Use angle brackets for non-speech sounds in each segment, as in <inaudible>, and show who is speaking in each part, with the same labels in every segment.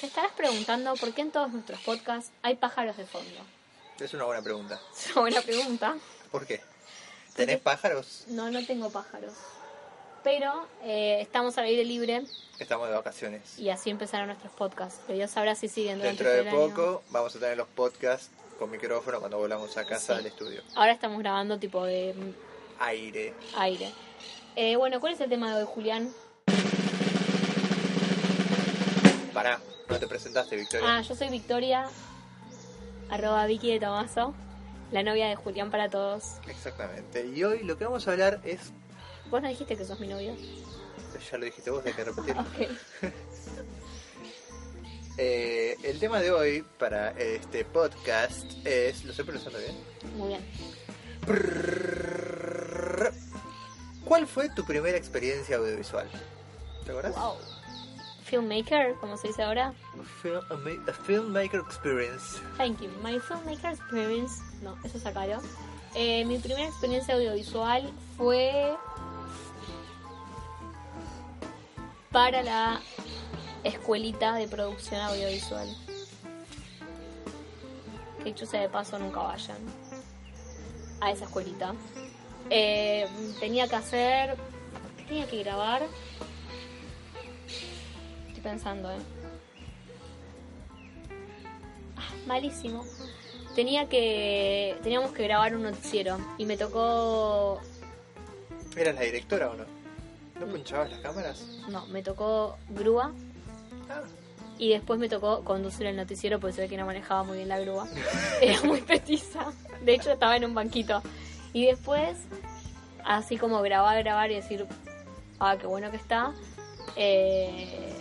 Speaker 1: Te estarás preguntando por qué en todos nuestros podcasts hay pájaros de fondo. <laughs>
Speaker 2: Es una buena pregunta.
Speaker 1: Es una buena pregunta.
Speaker 2: ¿Por qué?
Speaker 1: Pues
Speaker 2: ¿Tenés pájaros?
Speaker 1: No, no tengo pájaros. Pero eh, estamos al aire libre
Speaker 2: Estamos de vacaciones.
Speaker 1: y así empezaron nuestros podcasts. Que Dios sabrá si siguen durante
Speaker 2: Dentro de
Speaker 1: todo el año.
Speaker 2: poco vamos a tener los podcasts con micrófono cuando volvamos a casa
Speaker 1: Sí.
Speaker 2: del estudio.
Speaker 1: Ahora estamos grabando tipo de mm,
Speaker 2: Aire.
Speaker 1: aire. Eh, bueno, ¿cuál es el tema de hoy, Julián?
Speaker 2: Pará, no te presentaste, Victoria.
Speaker 1: Ah, yo soy Victoria, arroba Vicky de Tomaso, la novia de Julián para todos.
Speaker 2: Exactamente. Y hoy lo que vamos a hablar es.
Speaker 1: Vos no dijiste que sos mi novio.
Speaker 2: Ya lo dijiste vos, hay
Speaker 1: <laughs>
Speaker 2: que repetirlo.
Speaker 1: Ok.
Speaker 2: Eh, el tema de hoy para este podcast es. ¿Lo estoy pronunciando bien?
Speaker 1: Muy bien.
Speaker 2: Prrrr. ¿Cuál fue tu primera experiencia audiovisual? ¿Te acuerdas?
Speaker 1: Wow. Filmmaker, como se dice ahora.
Speaker 2: A film- a ma- a filmmaker experience.
Speaker 1: Thank you. My filmmaker experience. No, eso está caro. Eh, mi primera experiencia audiovisual fue. para la escuelita de producción audiovisual. Que dicho sea de paso, nunca vayan a esa escuelita. Eh, tenía que hacer. ¿Qué tenía que grabar? Estoy pensando, eh. malísimo. Tenía que. Teníamos que grabar un noticiero. Y me tocó.
Speaker 2: ¿Eras la directora o no? ¿No punchabas las cámaras?
Speaker 1: No, me tocó grúa.
Speaker 2: Ah,
Speaker 1: Y después me tocó conducir el noticiero porque se ve que no manejaba muy bien la grúa. Era muy petiza. De hecho, estaba en un banquito. Y después, así como grabar, grabar y decir, ah, qué bueno que está. eh,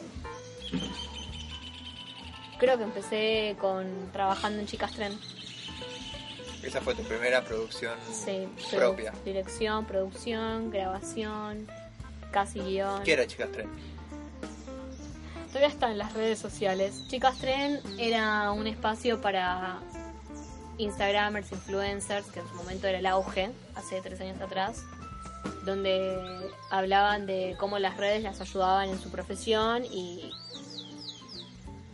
Speaker 1: creo que empecé con trabajando en Chicas Tren.
Speaker 2: esa fue tu primera producción
Speaker 1: Sí, produ-
Speaker 2: propia.
Speaker 1: Dirección, producción, grabación, casi guión.
Speaker 2: ¿Qué era Chicas Tren?
Speaker 1: Todavía está en las redes sociales. Chicas Tren era un espacio para Instagramers, influencers, que en su momento era el auge, hace tres años atrás, donde hablaban de cómo las redes las ayudaban en su profesión y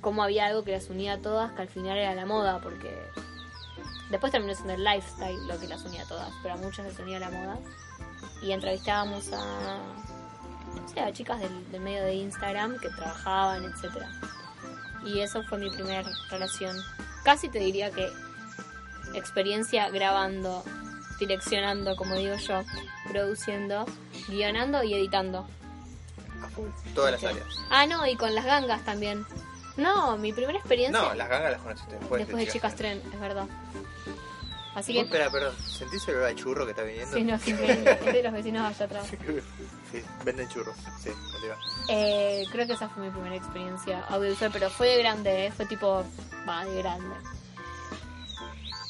Speaker 1: cómo había algo que las unía a todas, que al final era la moda, porque después terminó siendo el lifestyle lo que las unía a todas, pero a muchas les unía la moda. Y entrevistábamos a, no sé, a chicas del, del medio de Instagram que trabajaban, etcétera Y eso fue mi primera relación. Casi te diría que experiencia grabando, direccionando, como digo yo, produciendo, guionando y editando.
Speaker 2: A full. Todas las
Speaker 1: Ok.
Speaker 2: áreas.
Speaker 1: Ah, no, y con las gangas también. No, mi primera experiencia
Speaker 2: No, las gangas las conociste después.
Speaker 1: después de Chicas Tren, es verdad. Así
Speaker 2: Uy,
Speaker 1: que,
Speaker 2: espera, perdón. ¿Sentís el olor a churro que está viniendo?
Speaker 1: sí, no, es increíble. Es de los vecinos allá atrás.
Speaker 2: <laughs> Sí, venden churros. Sí, continúa.
Speaker 1: Eh, creo que esa fue mi primera experiencia audiovisual, pero fue de grande, ¿eh? fue tipo, va, de grande.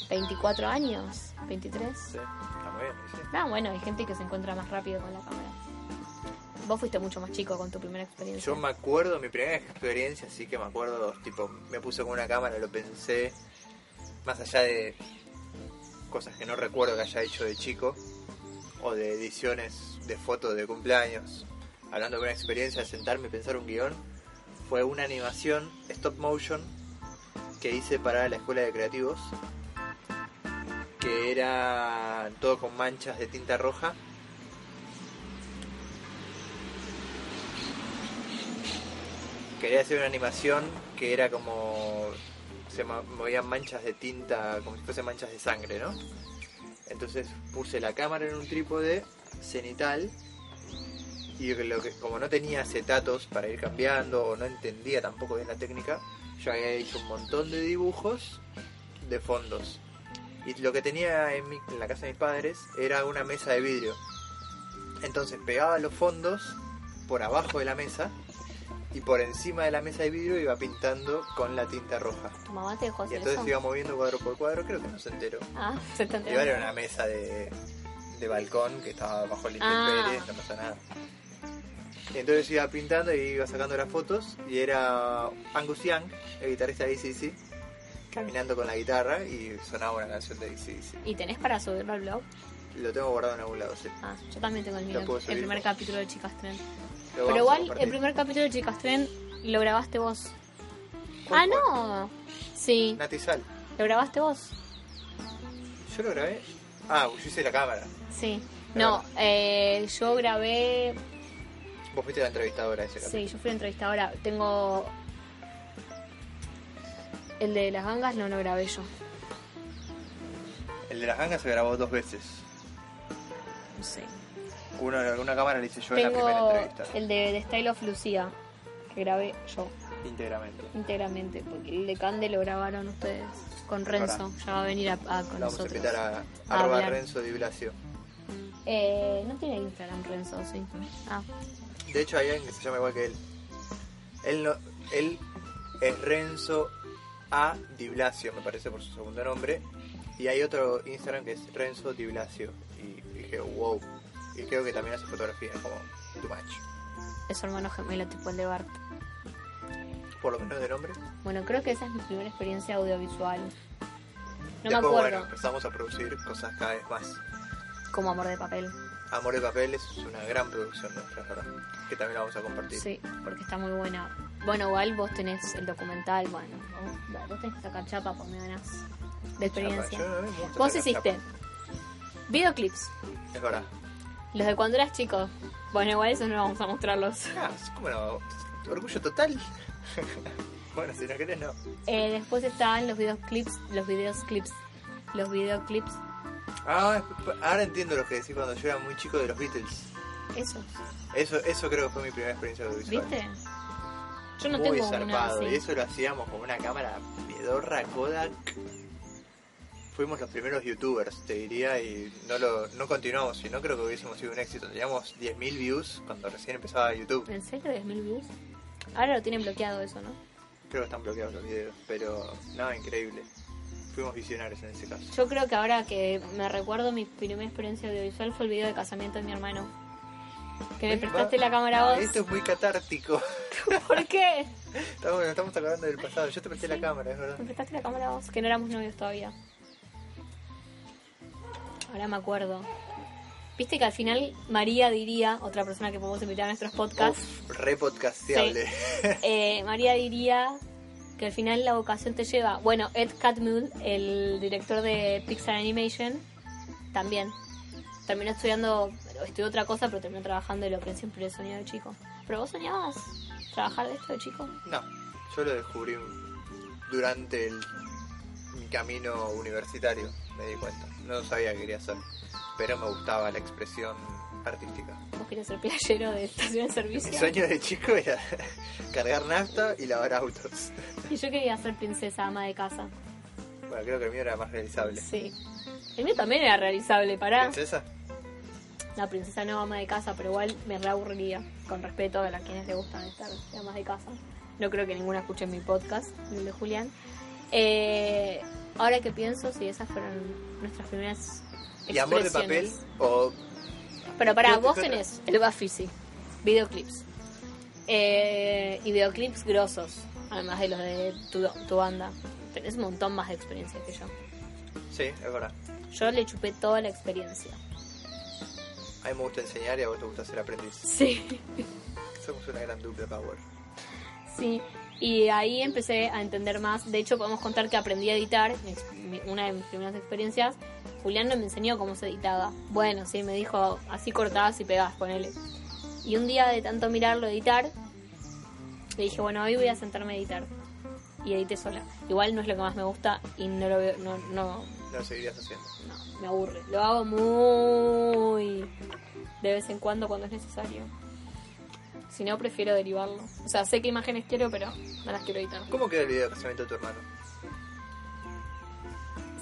Speaker 1: 24 años, 23.
Speaker 2: Sí, está muy bien. sí.
Speaker 1: No, bueno, hay gente que se encuentra más rápido con la cámara. Vos fuiste mucho más chico con tu primera experiencia.
Speaker 2: Yo me acuerdo, mi primera experiencia, sí que me acuerdo, tipo, me puse con una cámara, lo pensé, más allá de cosas que no recuerdo que haya hecho de chico, o de ediciones de fotos de cumpleaños, hablando de una experiencia, de sentarme y pensar un guión, fue una animación stop motion que hice para la escuela de creativos, que era todo con manchas de tinta roja, quería hacer una animación que era como se mo- movían manchas de tinta como si fuesen manchas de sangre no entonces puse la cámara en un trípode cenital y lo que como no tenía acetatos para ir cambiando o no entendía tampoco bien la técnica yo había hecho un montón de dibujos de fondos y lo que tenía en, mi- en la casa de mis padres era una mesa de vidrio entonces pegaba los fondos por abajo de la mesa y por encima de la mesa de vidrio iba pintando con la tinta roja.
Speaker 1: ¿Tu mamá te dejó
Speaker 2: Y
Speaker 1: hacer
Speaker 2: entonces
Speaker 1: eso?
Speaker 2: iba moviendo cuadro por cuadro, creo que no se enteró.
Speaker 1: Ah, <laughs> se te
Speaker 2: Igual
Speaker 1: enteró.
Speaker 2: era una mesa de, de balcón que estaba bajo el
Speaker 1: Ah.
Speaker 2: intemperie, no pasa nada. Y entonces iba pintando y iba sacando las fotos y era Angus Young, el guitarrista de ACDC, caminando con la guitarra y sonaba una canción de ACDC.
Speaker 1: ¿Y tenés para subirlo al blog?
Speaker 2: Lo tengo guardado en algún lado, sí.
Speaker 1: Ah, yo también tengo el mío.
Speaker 2: Lo puedo
Speaker 1: El
Speaker 2: subir.
Speaker 1: primer capítulo de Chicas Tren.
Speaker 2: Lo
Speaker 1: Pero
Speaker 2: vamos a
Speaker 1: igual, el
Speaker 2: compartir.
Speaker 1: primer capítulo de Chicas Tren lo grabaste vos.
Speaker 2: ¿Cuál
Speaker 1: Ah,
Speaker 2: fue?
Speaker 1: no. Sí,
Speaker 2: Nati Sal.
Speaker 1: lo grabaste vos.
Speaker 2: Yo lo grabé. Ah, yo hice la cámara.
Speaker 1: Sí.
Speaker 2: Claro.
Speaker 1: No, eh, yo grabé.
Speaker 2: Vos fuiste la entrevistadora de ese capítulo.
Speaker 1: Sí, yo fui entrevistadora. Tengo. El de las gangas no lo grabé yo.
Speaker 2: El de las gangas se grabó dos veces.
Speaker 1: No sé.
Speaker 2: Uno en alguna cámara le hice yo en la
Speaker 1: Tengo
Speaker 2: primera entrevista.
Speaker 1: el de, de Style of Lucía, que grabé yo
Speaker 2: Íntegramente.
Speaker 1: íntegramente, porque el de Cande lo grabaron ustedes con Renzo. Ya va a venir a, a- con
Speaker 2: Lo vamos a
Speaker 1: nosotros.
Speaker 2: invitar a,
Speaker 1: A
Speaker 2: arroba
Speaker 1: hablar.
Speaker 2: Renzo Di Blasio.
Speaker 1: Eh, no tiene Instagram Renzo, sí. Ah,
Speaker 2: De hecho, hay alguien que se llama igual que él. Él, no, él es Renzo A. Di Blasio, me parece, por su segundo nombre. Y hay otro Instagram que es Renzo Di Blasio. Y dije, wow. Y creo que también hace fotografía, como too much.
Speaker 1: es su hermano gemelo tipo el de Bart.
Speaker 2: Por lo menos de nombre.
Speaker 1: Bueno, creo que esa es mi primera experiencia audiovisual. No me
Speaker 2: Después,
Speaker 1: acuerdo.
Speaker 2: bueno, empezamos a producir cosas cada vez más.
Speaker 1: Como amor de papel.
Speaker 2: Amor de Papel es una gran producción nuestra, es ¿verdad? Que también la vamos a compartir.
Speaker 1: Sí, porque está muy buena. Bueno, igual vos tenés el documental, bueno, vos- vos tenés que sacar chapa por me ganás de experiencia.
Speaker 2: Chapa, yo no me gusta
Speaker 1: Vos
Speaker 2: sacar
Speaker 1: hiciste videoclips,
Speaker 2: chapa. Es verdad.
Speaker 1: los de cuando eras chico. Bueno, igual esos no vamos a mostrarlos.
Speaker 2: Ah, es como no, orgullo total. <laughs> bueno, si no querés, no.
Speaker 1: Eh, después están los videoclips, los videoclips, los videoclips,
Speaker 2: Ah, es- ahora entiendo lo que decís cuando yo era muy chico de los Beatles.
Speaker 1: esos,
Speaker 2: Eso, eso creo que fue mi primera experiencia audiovisual.
Speaker 1: ¿viste? Yo no
Speaker 2: muy
Speaker 1: tengo una
Speaker 2: zarpado.
Speaker 1: así.
Speaker 2: Y eso lo hacíamos con una cámara pedorra Kodak. Fuimos los primeros youtubers, te diría, y no lo no continuamos, si no creo que hubiésemos sido un éxito. Teníamos 10.000 views cuando recién empezaba YouTube.
Speaker 1: ¿En serio 10.000 views? Ahora lo tienen bloqueado eso, ¿no?
Speaker 2: Creo que están bloqueados los videos, pero no, increíble. Fuimos visionarios en ese caso.
Speaker 1: Yo creo que ahora que me recuerdo mi primera experiencia audiovisual fue el video de casamiento de mi hermano. Que me prestaste la cámara vos.
Speaker 2: Ah, Esto es muy catártico.
Speaker 1: <laughs>
Speaker 2: <laughs>
Speaker 1: ¿Por qué?
Speaker 2: Estamos, nos estamos acordando del pasado. Yo te presté la cámara, es verdad.
Speaker 1: Me prestaste la cámara vos, que no éramos novios todavía. Ahora me acuerdo. Viste que al final María diría, otra persona que podemos invitar a nuestros podcasts,
Speaker 2: Uf, re podcasteable.
Speaker 1: eh, María diría que al final la vocación te lleva. Bueno, Ed Catmull, el director de Pixar Animation, también terminó estudiando, estudió otra cosa, pero terminó trabajando de lo que siempre he soñado de chico. ¿Pero vos soñabas trabajar de esto de chico?
Speaker 2: <laughs> No, yo lo descubrí durante el- mi camino universitario, me di cuenta. No sabía qué quería hacer, pero me gustaba la expresión artística.
Speaker 1: ¿Vos querías ser playero de estación de
Speaker 2: Mi
Speaker 1: servicio?
Speaker 2: sueño de chico era <laughs> cargar nafta y lavar autos.
Speaker 1: Y yo quería ser princesa ama de casa.
Speaker 2: Bueno, creo que el mío era más realizable.
Speaker 1: Sí. El mío también era realizable, pará.
Speaker 2: ¿Princesa?
Speaker 1: La princesa no ama de casa, pero igual me reaburriría. Con respeto a las quienes le gustan estar de amas de casa. No creo que ninguna escuche mi podcast, ni el de Julián. Eh, ahora que pienso, si esas fueron nuestras primeras
Speaker 2: ¿Y amor de papel?
Speaker 1: expresiones.
Speaker 2: ¿O
Speaker 1: Pero para
Speaker 2: ¿Qué- qué
Speaker 1: vos
Speaker 2: otra?
Speaker 1: tenés el Buffy, sí. Videoclips. Eh, y videoclips grosos, además de los de tu, tu banda. Tenés un montón más de experiencia que yo.
Speaker 2: Sí, es verdad.
Speaker 1: Yo le chupé toda la experiencia.
Speaker 2: A mí me gusta enseñar y a vos te gusta ser aprendiz.
Speaker 1: Sí.
Speaker 2: Somos una gran dupla, Power.
Speaker 1: Sí. Y ahí empecé a entender más. De hecho, podemos contar que aprendí a editar. mi ex- mi- Una de mis primeras experiencias. Julián no me enseñó cómo se editaba. Bueno, sí, me dijo así cortabas y pegabas, ponele. Y un día de tanto mirarlo editar, le dije, bueno, hoy voy a sentarme a editar. Y edité sola. Igual no es lo que más me gusta y no lo veo, no, no,
Speaker 2: No lo seguirías haciendo.
Speaker 1: no, me aburre. Lo hago muy de vez en cuando cuando es necesario. Si no, prefiero derivarlo. O sea, sé qué imágenes quiero, pero no las quiero editar.
Speaker 2: ¿Cómo quedó el video de casamiento de tu hermano?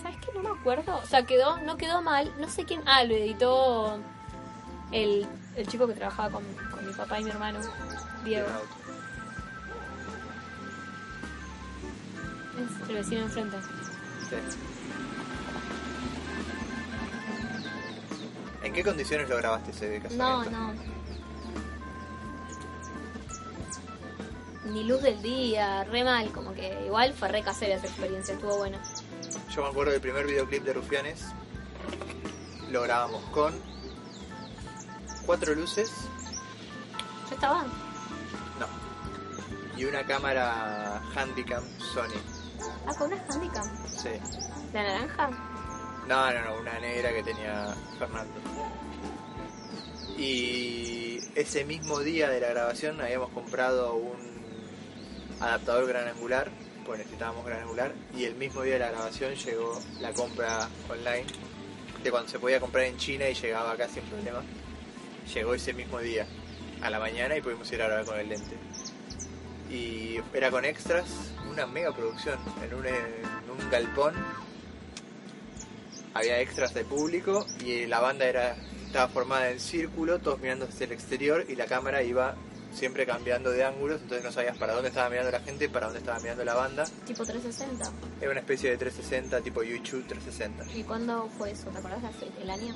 Speaker 1: ¿Sabes qué? No me acuerdo. O sea, quedó, no quedó mal. No sé quién. Ah, lo editó el, el chico que trabajaba con, con mi papá y mi hermano, Diego. el vecino enfrente.
Speaker 2: Sí. ¿En qué condiciones lo grabaste ese
Speaker 1: No,
Speaker 2: casamiento?
Speaker 1: no. Ni luz del día, re mal, como que igual fue re casera esa experiencia, estuvo buena.
Speaker 2: Yo me acuerdo del primer videoclip de Rufianes. Lo grabamos con cuatro luces,
Speaker 1: Yo estaba.
Speaker 2: no, y una cámara Handicam Sony.
Speaker 1: Ah, con una handicap.
Speaker 2: Sí.
Speaker 1: La naranja.
Speaker 2: No, no, no, una negra que tenía Fernando. Y ese mismo día de la grabación habíamos comprado un adaptador gran angular, pues necesitábamos gran angular, y el mismo día de la grabación llegó la compra online, de cuando se podía comprar en China y llegaba acá sin problema. Llegó ese mismo día, a la mañana, y pudimos ir a grabar con el lente. Y era con extras, una mega producción, en un, en un galpón había extras de público y la banda era estaba formada en círculo, todos mirando hacia el exterior y la cámara iba siempre cambiando de ángulos, entonces no sabías para dónde estaba mirando la gente y para dónde estaba mirando la banda.
Speaker 1: Tipo 360.
Speaker 2: Era una especie de 360 tipo YouTube 360.
Speaker 1: ¿Y cuándo fue eso? ¿Te acordás la fe- el año?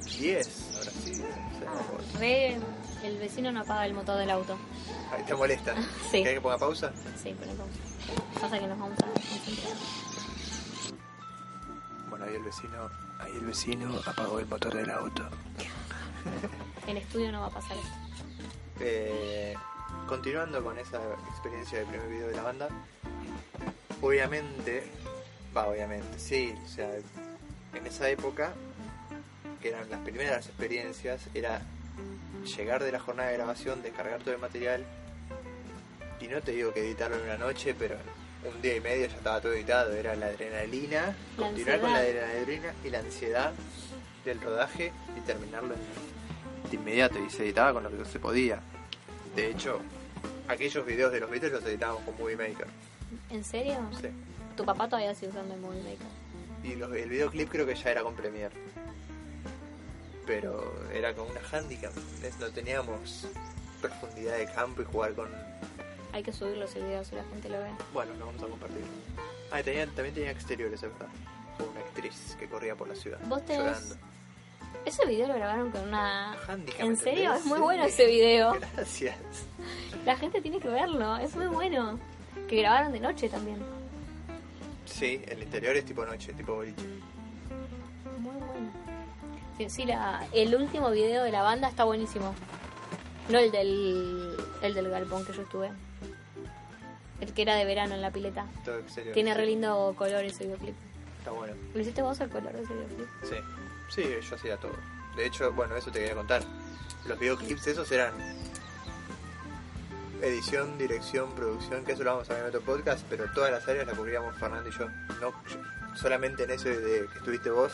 Speaker 2: 2010, ahora sí. no
Speaker 1: Ah.
Speaker 2: sé, no me acuerdo.
Speaker 1: Re. El vecino no apaga el motor del auto.
Speaker 2: Ahí te molesta.
Speaker 1: Sí.
Speaker 2: ¿Querés que ponga pausa?
Speaker 1: Sí, pero no. Pasa que nos vamos a concentrar.
Speaker 2: Bueno, ahí el vecino, ahí el vecino apagó el motor del auto.
Speaker 1: En estudio no va a pasar esto.
Speaker 2: Eh, continuando con esa experiencia del primer video de la banda, obviamente, va, obviamente, sí, o sea, en esa época, que eran las primeras experiencias, era llegar de la jornada de grabación, descargar todo el material, y no te digo que editarlo en una noche, pero un día y medio ya estaba todo editado, era la adrenalina,
Speaker 1: La
Speaker 2: continuar con la
Speaker 1: ansiedad.
Speaker 2: adrenalina y la ansiedad del rodaje y terminarlo de inmediato, y se editaba con lo que se podía. De hecho, aquellos videos de los Beatles los editábamos con Movie Maker.
Speaker 1: ¿En serio?
Speaker 2: sí.
Speaker 1: Tu papá todavía sigue usando el Movie Maker.
Speaker 2: Y los- el videoclip creo que ya era con Premiere. Pero era con una handicap. ¿ves? No teníamos profundidad de campo y jugar con...
Speaker 1: Hay que subir los videos si la gente lo ve.
Speaker 2: Bueno, lo vamos a compartir. Ah, y tenía- también tenía exteriores, es verdad. Con una actriz que corría por la ciudad.
Speaker 1: Vos tenés-
Speaker 2: Llorando. Ah,
Speaker 1: Ese video lo grabaron con una...
Speaker 2: Handicap,
Speaker 1: ¿En serio?
Speaker 2: ¿entendés?
Speaker 1: Es muy
Speaker 2: Sí.
Speaker 1: bueno ese video.
Speaker 2: <laughs> Gracias.
Speaker 1: La gente tiene que verlo, es muy bueno. Que grabaron de noche también.
Speaker 2: Sí, el interior es tipo noche, tipo boliche.
Speaker 1: Muy bueno. Sí, sí, la- el último video de la banda está buenísimo. No el del, el del galpón que yo estuve. El que era de verano en la pileta.
Speaker 2: Todo exterior.
Speaker 1: Tiene re lindo color ese videoclip.
Speaker 2: Está bueno.
Speaker 1: ¿Lo hiciste vos el color de ese videoclip?
Speaker 2: Sí, sí, yo hacía todo. De hecho, bueno, eso te quería contar. Los videoclips esos eran edición, dirección, producción, que eso lo vamos a ver en otro podcast, pero todas las áreas las cubríamos Fernando y yo. No, yo- solamente en ese de que estuviste vos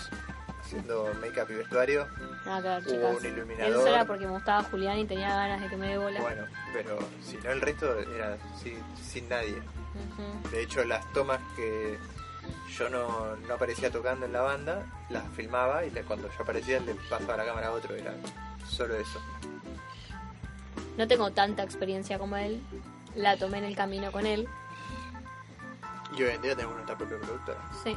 Speaker 2: haciendo make-up y vestuario.
Speaker 1: Nada que ver,
Speaker 2: Hubo
Speaker 1: chicas.
Speaker 2: un iluminador.
Speaker 1: Eso era porque me gustaba Julián y tenía ganas de que me dé bola.
Speaker 2: Bueno, pero si no el resto era sin, sin nadie.
Speaker 1: Ujú.
Speaker 2: De hecho, las tomas que yo no, no aparecía tocando en la banda, las filmaba y le- cuando yo aparecía le pasaba la cámara a otro, era solo eso.
Speaker 1: No tengo tanta experiencia como él. La tomé en el camino con él.
Speaker 2: Y hoy en día tenemos nuestra propia productora.
Speaker 1: Sí.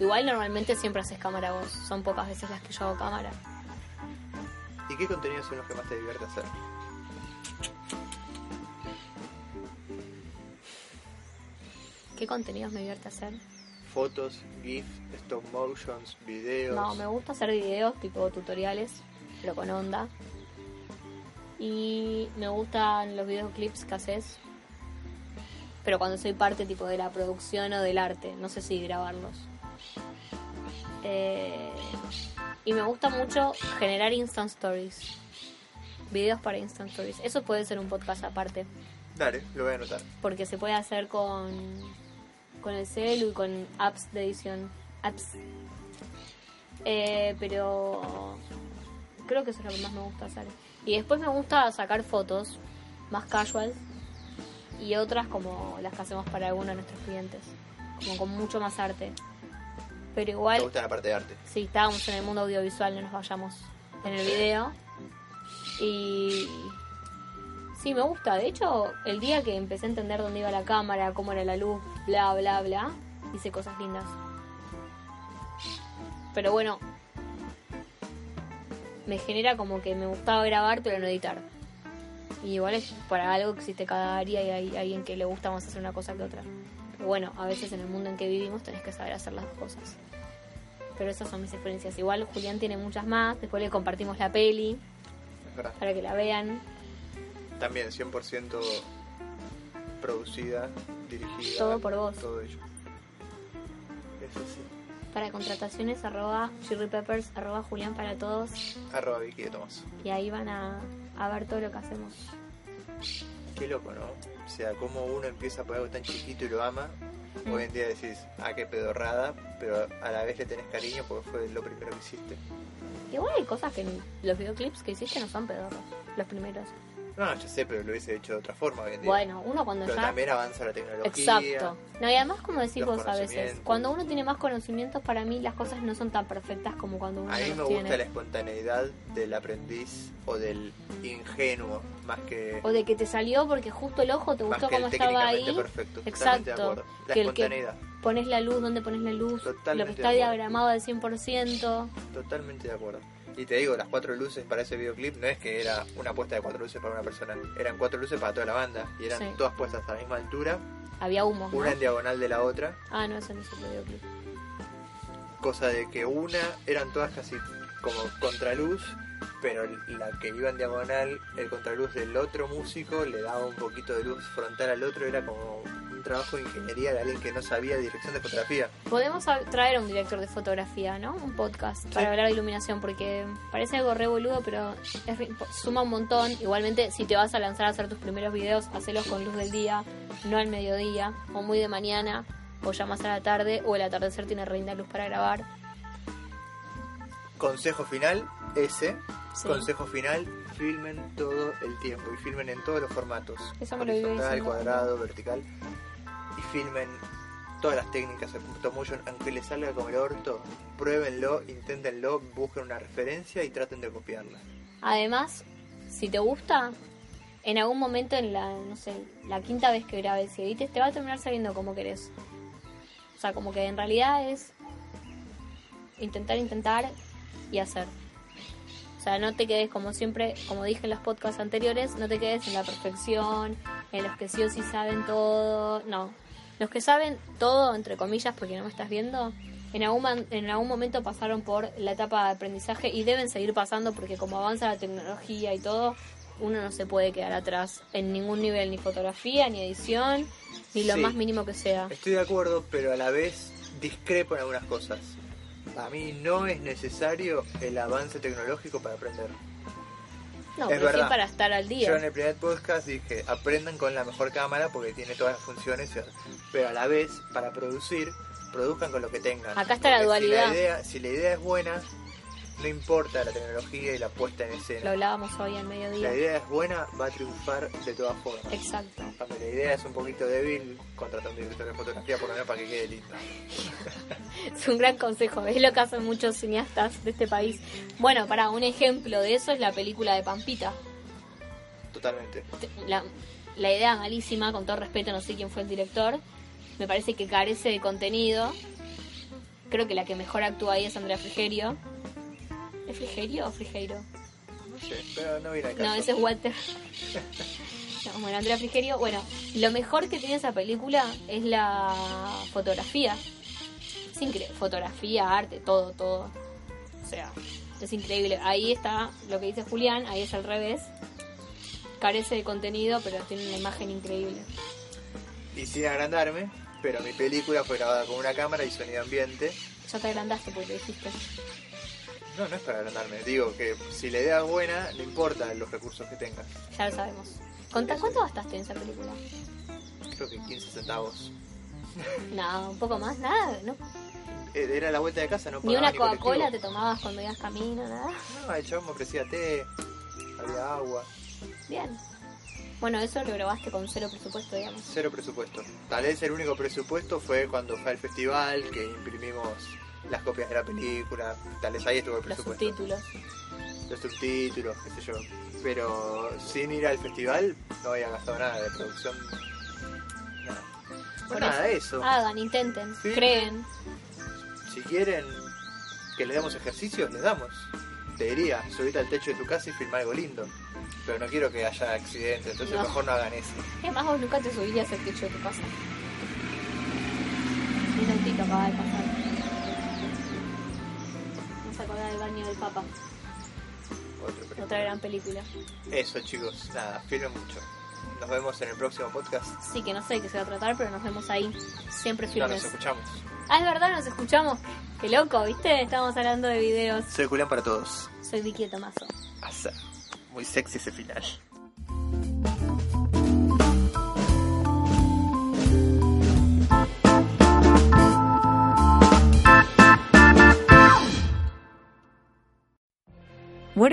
Speaker 1: Igual normalmente siempre haces cámara vos. Son pocas veces las que yo hago cámara.
Speaker 2: ¿Y qué contenidos son los que más te divierte hacer?
Speaker 1: ¿Qué contenidos me divierte hacer?
Speaker 2: Fotos, GIF, stop motions, videos.
Speaker 1: No, me gusta hacer videos tipo tutoriales, pero con onda. Y me gustan los videoclips que haces. Pero cuando soy parte tipo de la producción o del arte, no sé si grabarlos. Eh, y me gusta mucho generar instant stories. Videos para instant stories. Eso puede ser un podcast aparte.
Speaker 2: Dale, lo voy a anotar.
Speaker 1: porque se puede hacer con con el celu y con apps de edición apps Eh, pero creo que eso es lo que más me gusta hacer y después me gusta sacar fotos más casual y otras como las que hacemos para algunos de nuestros clientes como con mucho más arte pero
Speaker 2: Me
Speaker 1: igual
Speaker 2: gusta la parte de arte.
Speaker 1: si estábamos en el mundo audiovisual no nos vayamos en el video y Sí, me gusta. De hecho, el día que empecé a entender dónde iba la cámara, cómo era la luz, bla, bla, bla, hice cosas lindas. Pero bueno, me genera como que me gustaba grabar, pero no editar. Y igual es para algo que existe cada área y hay alguien que le gusta más hacer una cosa que otra. Pero bueno, a veces en el mundo en que vivimos tenés que saber hacer las dos cosas. Pero esas son mis experiencias. Igual Julián tiene muchas más. Después le compartimos la peli
Speaker 2: es verdad.
Speaker 1: para que la vean.
Speaker 2: También 100% producida, dirigida.
Speaker 1: Todo por vos.
Speaker 2: Todo ello. Eso sí.
Speaker 1: Para contrataciones, arroba chirrypeppers, arroba Julián para todos.
Speaker 2: Arroba Vicky de Tomás.
Speaker 1: Y ahí van a, a ver todo lo que hacemos.
Speaker 2: Qué loco, ¿no? O sea, como uno empieza por algo tan chiquito y lo ama.
Speaker 1: Mm.
Speaker 2: Hoy en día decís, ah, qué pedorrada, pero a la vez le tenés cariño porque fue lo primero que hiciste.
Speaker 1: Igual hay cosas que en los videoclips que hiciste no son pedorros, los primeros.
Speaker 2: No, yo sé, pero lo hubiese hecho de otra forma hoy en día.
Speaker 1: Bueno, uno cuando
Speaker 2: pero
Speaker 1: ya...
Speaker 2: también avanza la tecnología.
Speaker 1: Exacto. No, y además, como decís
Speaker 2: los
Speaker 1: vos a veces,
Speaker 2: conocimientos.
Speaker 1: cuando uno tiene más conocimientos, para mí las cosas no son tan perfectas como cuando uno
Speaker 2: A mí
Speaker 1: no
Speaker 2: me
Speaker 1: los
Speaker 2: gusta
Speaker 1: tiene.
Speaker 2: la espontaneidad del aprendiz o del ingenuo, más que,
Speaker 1: O de que te salió porque justo el ojo te
Speaker 2: más
Speaker 1: gustó
Speaker 2: que
Speaker 1: como
Speaker 2: el
Speaker 1: estaba
Speaker 2: técnicamente
Speaker 1: ahí.
Speaker 2: perfecto. Totalmente de
Speaker 1: Exacto.
Speaker 2: acuerdo. La
Speaker 1: Que el que
Speaker 2: espontaneidad,
Speaker 1: pones la luz, donde pones la luz, lo
Speaker 2: Totalmente
Speaker 1: que
Speaker 2: de
Speaker 1: está
Speaker 2: acuerdo.
Speaker 1: diagramado al 100%.
Speaker 2: totalmente de acuerdo. Y te digo, las cuatro luces para ese videoclip no es que era una puesta de cuatro luces para una persona, eran cuatro luces para toda la banda y eran
Speaker 1: Sí.
Speaker 2: todas puestas a la misma altura,
Speaker 1: Había humo. ¿no?
Speaker 2: una en diagonal de la otra,
Speaker 1: Ah, no, eso no es el videoclip.
Speaker 2: cosa de que una eran todas casi como contraluz, pero la que iba en diagonal, el contraluz del otro músico le daba un poquito de luz frontal al otro, era como un trabajo de ingeniería de alguien que no sabía dirección de fotografía.
Speaker 1: Podemos a- traer a un director de fotografía, ¿no? Un podcast para hablar de iluminación, porque parece algo re boludo, pero es re impo- suma un montón. Igualmente, si te vas a lanzar a hacer tus primeros videos, hacelos con luz del día, no al mediodía, o muy de mañana, o ya más a la tarde, o el atardecer tiene reinda luz para grabar.
Speaker 2: Consejo final, ese.
Speaker 1: Sí.
Speaker 2: Consejo final, filmen todo el tiempo y filmen en todos los formatos.
Speaker 1: Eso me lo vivo
Speaker 2: horizontal,
Speaker 1: diciendo.
Speaker 2: cuadrado, vertical. Y filmen todas las técnicas de stop motion, aunque les salga como el orto, pruébenlo, inténtenlo, busquen una referencia y traten de copiarla.
Speaker 1: Además, si te gusta, en algún momento en la, no sé, la quinta vez que grabes y edites, te va a terminar saliendo como querés. O sea, como que en realidad es intentar, intentar y hacer. O sea, no te quedes como siempre, como dije en los podcasts anteriores, no te quedes en la perfección, en los que sí o sí saben todo. No, los que saben todo, entre comillas, porque no me estás viendo, en algún, man- en algún momento pasaron por la etapa de aprendizaje y deben seguir pasando porque como avanza la tecnología y todo, uno no se puede quedar atrás en ningún nivel, ni fotografía, ni edición, ni lo
Speaker 2: Sí.
Speaker 1: más mínimo que sea.
Speaker 2: Estoy de acuerdo, pero a la vez discrepo en algunas cosas. A mí no es necesario el avance tecnológico para aprender.
Speaker 1: No,
Speaker 2: Es
Speaker 1: pero sí
Speaker 2: verdad.
Speaker 1: para estar al día.
Speaker 2: Yo en el primer podcast dije, aprendan con la mejor cámara porque tiene todas las funciones, pero a la vez, para producir, produzcan con lo que tengan.
Speaker 1: Acá está la
Speaker 2: Porque si
Speaker 1: dualidad.
Speaker 2: idea- Si la, idea, es buena, no importa la tecnología y la puesta en
Speaker 1: Lo
Speaker 2: escena.
Speaker 1: hablábamos hoy al
Speaker 2: Si
Speaker 1: mediodía.
Speaker 2: la idea es buena, va a triunfar de todas formas.
Speaker 1: Exacto.
Speaker 2: Cuando la idea es un poquito débil, contrata un director de fotografía por lo menos para que quede lindo.
Speaker 1: Es un gran consejo, es lo que hacen muchos cineastas de este país. Bueno, para un ejemplo de eso es la película de Pampita.
Speaker 2: Totalmente.
Speaker 1: Te- La, la idea malísima, con todo respeto, no sé quién fue el director. Me parece que carece de contenido. Creo que la que mejor actúa ahí es Andrea Frigerio. ¿Es Frigerio o Frigeiro?
Speaker 2: No sé, pero no viene al caso.
Speaker 1: No, ese es Walter. No, bueno, Andrea Frigerio. Bueno, lo mejor que tiene esa película es la fotografía. Es incre- Fotografía, arte, todo, todo. O sea, es increíble. Ahí está lo que dice Julián, ahí es al revés. Carece de contenido, pero tiene una imagen increíble.
Speaker 2: Y sin agrandarme, pero mi película fue grabada con una cámara y sonido ambiente.
Speaker 1: Ya te agrandaste porque lo dijiste.
Speaker 2: No, no es para agrandarme. Digo que si la idea es buena, no importa los recursos que tengas.
Speaker 1: Ya lo sabemos. ¿Cuánta- ¿Cuánto gastaste en esa película?
Speaker 2: Creo que 15 centavos.
Speaker 1: No, un poco más, nada, ¿no?
Speaker 2: Eh, Era la vuelta de casa, no
Speaker 1: Ni
Speaker 2: pagaba
Speaker 1: una
Speaker 2: ni colectivo.
Speaker 1: Coca-Cola te tomabas cuando ibas camino, nada.
Speaker 2: No, el chabón me ofrecía té, había agua,
Speaker 1: Bien. Bueno, eso lo grabaste con cero presupuesto, digamos.
Speaker 2: cero presupuesto. Tal vez el único presupuesto fue cuando fue al festival, que imprimimos las copias de la película. Tal vez ahí estuvo el
Speaker 1: Los
Speaker 2: presupuesto.
Speaker 1: subtítulos.
Speaker 2: Los subtítulos, qué sé yo. pero sin ir al festival no había gastado nada de producción. Nada. Pues
Speaker 1: Por
Speaker 2: nada de eso.
Speaker 1: Hagan, intenten,
Speaker 2: Sí.
Speaker 1: creen.
Speaker 2: Si quieren que le demos ejercicios, les damos. Te diría, subite al techo de tu casa y filma algo lindo. Pero no quiero que haya accidentes, entonces
Speaker 1: No.
Speaker 2: mejor no hagan eso.
Speaker 1: Es más, vos nunca te subirías al techo de tu casa. Mira el pico acaba de pasar. Nos acordaba del baño del Papa.
Speaker 2: Otro película.
Speaker 1: Otra gran película.
Speaker 2: Eso chicos, nada, filmen mucho. Nos vemos en el próximo podcast.
Speaker 1: Sí, que no sé de qué se va a tratar, pero nos vemos ahí. Siempre
Speaker 2: No
Speaker 1: firmes.
Speaker 2: nos escuchamos.
Speaker 1: ah, es verdad, nos escuchamos. Qué loco, ¿viste? Estamos hablando de videos.
Speaker 2: Soy Julián para todos.
Speaker 1: Soy Vicky Tomaso.
Speaker 2: Asa. Muy sexy ese final.
Speaker 3: What